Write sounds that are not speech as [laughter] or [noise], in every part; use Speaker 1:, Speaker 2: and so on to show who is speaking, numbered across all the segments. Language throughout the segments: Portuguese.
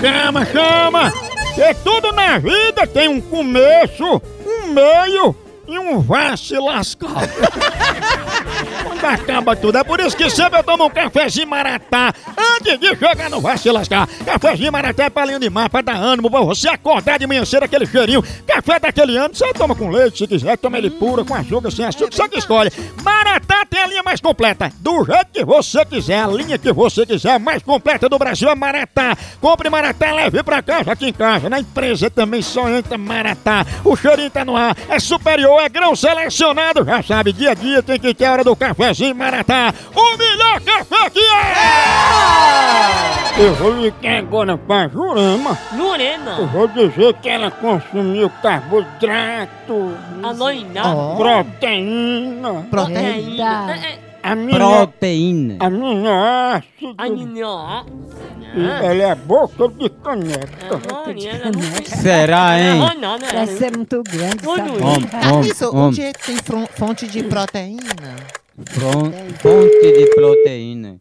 Speaker 1: Chama, chama! Porque tudo na vida tem um começo, um meio e um vá se lascar. Quando acaba tudo, é por isso que sempre eu tomo um cafezinho maratá antes de chegar no vá se lascar. Cafezinho maratá é palinho de mar pra dar ânimo, pra você acordar de manhã cedo aquele cheirinho. Café daquele ano, você toma com leite se quiser, toma ele puro, com açúcar, sem açúcar, você que escolhe. Maratá tem a linha mais completa, do jeito que você quiser, a linha que você quiser, É a mais completa do Brasil é Maratá. Compre Maratá, leve pra casa, aqui em casa, na empresa também só entra Maratá. O cheirinho tá no ar, é superior, é grão selecionado, já sabe, dia a dia tem que ter a hora do cafezinho Maratá. O melhor café que é! Eu vou ligar agora pra Jurema, eu
Speaker 2: Lorena,
Speaker 1: vou dizer que ela consumiu carboidrato,
Speaker 2: 啊 aloina,
Speaker 1: 哦 proteína,
Speaker 2: 哎 proteína, é,
Speaker 3: Proteína.
Speaker 2: é,
Speaker 1: amino,
Speaker 4: Proteína.
Speaker 2: Ah, 啊
Speaker 1: aminoácido.
Speaker 2: anilhó,
Speaker 1: E Ela é boca de
Speaker 2: 哎
Speaker 1: caneca.
Speaker 2: Lorena, não sei.
Speaker 4: [laughs] Será,
Speaker 2: 哎
Speaker 4: hein?
Speaker 2: Lorena, né?
Speaker 3: Deve ser muito grande,
Speaker 2: Ô,
Speaker 3: sabe?
Speaker 2: Luiz.
Speaker 4: Homem, homem,
Speaker 5: Isso,
Speaker 4: homem.
Speaker 5: onde tem fron- fonte de proteína?
Speaker 4: Fron- Fonte de proteína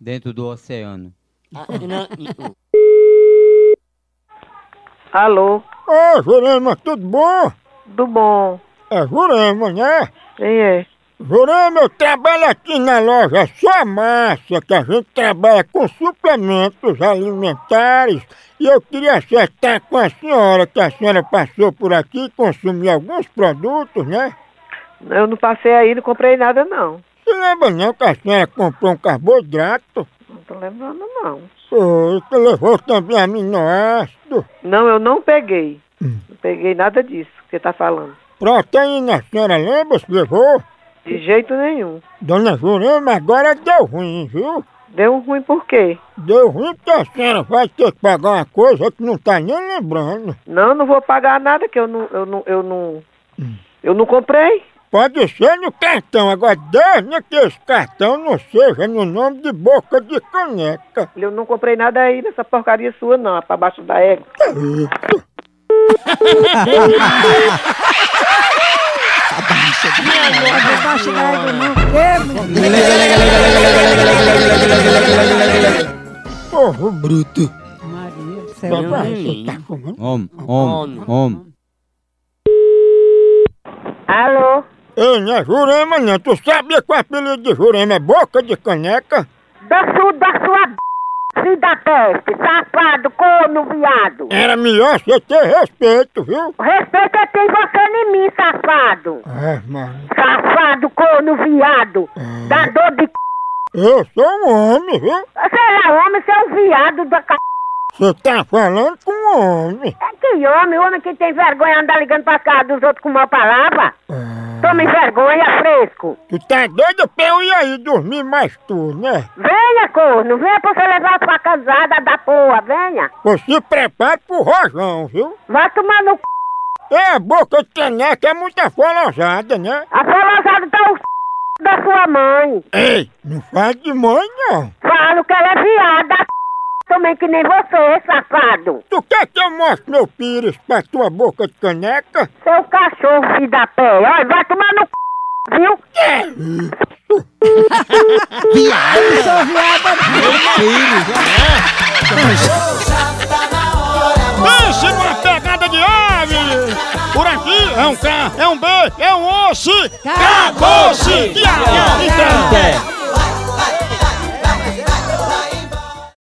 Speaker 4: dentro do oceano.
Speaker 2: Ah, não,
Speaker 6: Alô,
Speaker 1: Ô, Jurema, tudo bom?
Speaker 6: do bom.
Speaker 1: É Jurema, né?
Speaker 6: Quem é?
Speaker 1: Jurema, eu trabalho aqui na loja é Só Massa, que a gente trabalha com suplementos alimentares. E eu queria acertar com a senhora, que a senhora passou por aqui, consumiu alguns produtos, né?
Speaker 6: Eu não passei aí, não comprei nada não.
Speaker 1: Se lembra não que a senhora comprou um carboidrato?
Speaker 6: Não tô lembrando não.
Speaker 1: Foi, que levou também aminoácido.
Speaker 6: Não, eu não peguei. Não peguei nada disso que você tá falando.
Speaker 1: Proteína, a senhora lembra se levou?
Speaker 6: De jeito nenhum.
Speaker 1: Dona Jurema, agora deu ruim, viu?
Speaker 6: Deu um ruim por quê?
Speaker 1: Deu ruim porque a senhora vai ter que pagar uma coisa que não tá nem lembrando.
Speaker 6: Não, não vou pagar nada que eu não, eu não, eu não, eu não comprei.
Speaker 1: Pode ser no cartão, agora desde que esse cartão não seja no nome de boca de caneca.
Speaker 6: Eu não comprei nada aí nessa porcaria sua não, É pra baixo da égua.
Speaker 3: Não vai chegar aí, não. Ei, mulher.
Speaker 1: Porro bruto.
Speaker 3: Maria do céu.
Speaker 1: Papai, você
Speaker 2: hein?
Speaker 1: tá comendo?
Speaker 4: Homem, homem,
Speaker 2: Homem.
Speaker 4: homem.
Speaker 6: Alô,
Speaker 1: Ei, não é Jurema não, tu sabia que o apelido de Jurema é boca de caneca?
Speaker 6: desçu da sua b... da peste, safado, corno, viado.
Speaker 1: Era melhor você ter respeito, viu?
Speaker 6: Respeita tem você é em mim, safado.
Speaker 1: Ah, mano,
Speaker 6: Safado, corno, viado. Da dor de c...
Speaker 1: eu sou um homem, viu?
Speaker 6: Você é homem, você é um viado da c...
Speaker 1: Você tá falando com um homem.
Speaker 6: É que homem, homem que tem vergonha andar ligando pra cara dos outros com uma palavra. Tome vergonha, fresco.
Speaker 1: Tu tá doida pra eu ir aí dormir mais tu, né?
Speaker 6: Venha, corno, venha pra você levar sua casada da porra, venha.
Speaker 1: Pô, se prepara pro rojão, viu?
Speaker 6: Vai tomar no c...
Speaker 1: É, a boca de caneca é muita folosada, né?
Speaker 6: A falosada tá o c... da sua mãe.
Speaker 1: Ei, não faz de mãe, não.
Speaker 6: Falo que ela é viada, c... também que nem você, safado.
Speaker 1: Tu quer que eu mostre meu pires pra tua boca de caneca?
Speaker 6: Seu cachorro, filho da pé. Olha, vai tomar no c... viu?
Speaker 1: Pense numa pegada de ave! Por aqui é um K, é um B, é um osso! Acabou-se!
Speaker 4: Até.